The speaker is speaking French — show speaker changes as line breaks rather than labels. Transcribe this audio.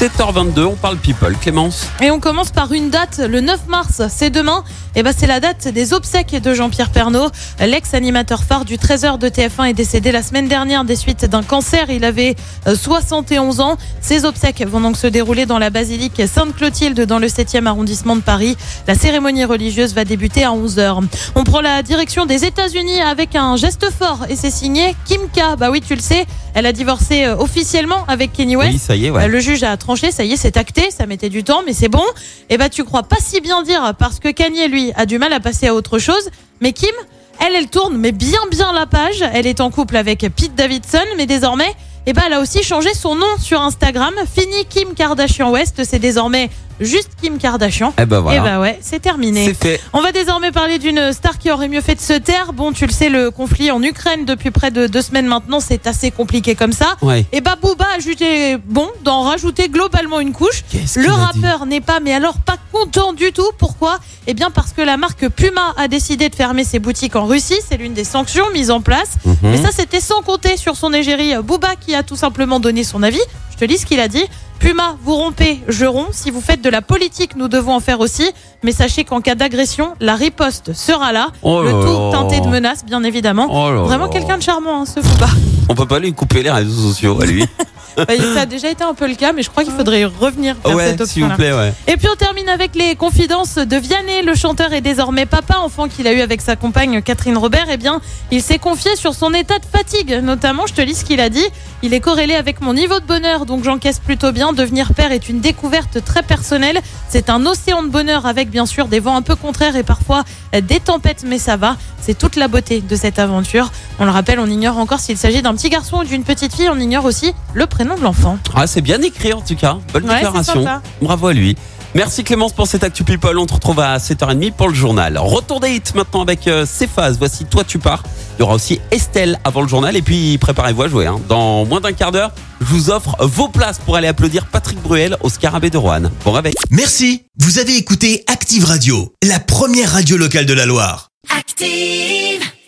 7h22, on parle people. Clémence
Et on commence par une date, le 9 mars, c'est demain. Et ben c'est la date des obsèques de Jean-Pierre Pernaud, l'ex-animateur phare du 13h de TF1 est décédé la semaine dernière des suites d'un cancer. Il avait euh, 71 ans. Ses obsèques vont donc se dérouler dans la basilique Sainte-Clotilde dans le 7e arrondissement de Paris. La cérémonie religieuse va débuter à 11h. On prend la direction des États-Unis avec un geste fort et c'est signé Kim K. Bah oui, tu le sais, elle a divorcé euh, officiellement avec Kenny West.
Oui, ça y est,
Euh,
ouais.
Le juge a tranché, ça y est, c'est acté, ça mettait du temps, mais c'est bon. Et bah, tu crois pas si bien dire parce que Kanye, lui, a du mal à passer à autre chose. Mais Kim, elle, elle tourne, mais bien, bien la page. Elle est en couple avec Pete Davidson, mais désormais, et bah, elle a aussi changé son nom sur Instagram. Fini Kim Kardashian West, c'est désormais juste Kim Kardashian.
Eh ben
Et
voilà.
bah, ouais, c'est terminé.
C'est fait.
On va désormais parler d'une star qui aurait mieux fait de se taire. Bon, tu le sais, le conflit en Ukraine depuis près de deux semaines maintenant, c'est assez compliqué comme ça.
Ouais.
Et bah Booba a jugé bon d'en rajouter globalement une couche.
Qu'est-ce
Le
qu'il a dit
rappeur n'est pas, mais alors pas content du tout. Pourquoi Eh bien parce que la marque Puma a décidé de fermer ses boutiques en Russie. C'est l'une des sanctions mises en place.
Mhm.
Mais ça, c'était sans compter sur son égérie euh, Booba qui a tout simplement donné son avis. Je te lis ce qu'il a dit. Puma, vous rompez, je romps. Si vous faites de la politique, nous devons en faire aussi. Mais sachez qu'en cas d'agression, la riposte sera là.
Oh
le
là
tout
là.
teinté de menaces, bien évidemment.
Oh là
Vraiment
là.
quelqu'un de charmant, hein, ce Booba.
On peut pas lui couper les réseaux sociaux à lui.
Bah, ça a déjà été un peu le cas, mais je crois qu'il faudrait revenir vers
ouais,
cette
s'il vous
option-là.
plaît, ouais.
Et puis on termine avec les confidences de Vianney. Le chanteur est désormais papa, enfant qu'il a eu avec sa compagne Catherine Robert. Eh bien, il s'est confié sur son état de fatigue. Notamment, je te lis ce qu'il a dit. Il est corrélé avec mon niveau de bonheur, donc j'encaisse plutôt bien. Devenir père est une découverte très personnelle. C'est un océan de bonheur avec bien sûr des vents un peu contraires et parfois euh, des tempêtes, mais ça va. C'est toute la beauté de cette aventure. On le rappelle, on ignore encore s'il s'agit d'un petit garçon ou d'une petite fille. On ignore aussi le prénom de l'enfant.
Ah, c'est bien écrit en tout cas. Bonne
Ouais, c'est
déclaration.
sympa.
Bravo à lui. Merci Clémence pour cette Actu People. On te retrouve à 7h30 pour le journal. Retour des hits maintenant avec euh, Céphase. Voici Toi tu pars. Il y aura aussi Estelle avant le journal. Et puis préparez-vous à jouer. hein. Dans moins d'un quart d'heure, je vous offre vos places pour aller applaudir Patrick Bruel au Scarabée de Roanne. Bon réveil.
Merci, vous avez écouté Active Radio, la première radio locale de la Loire.
active.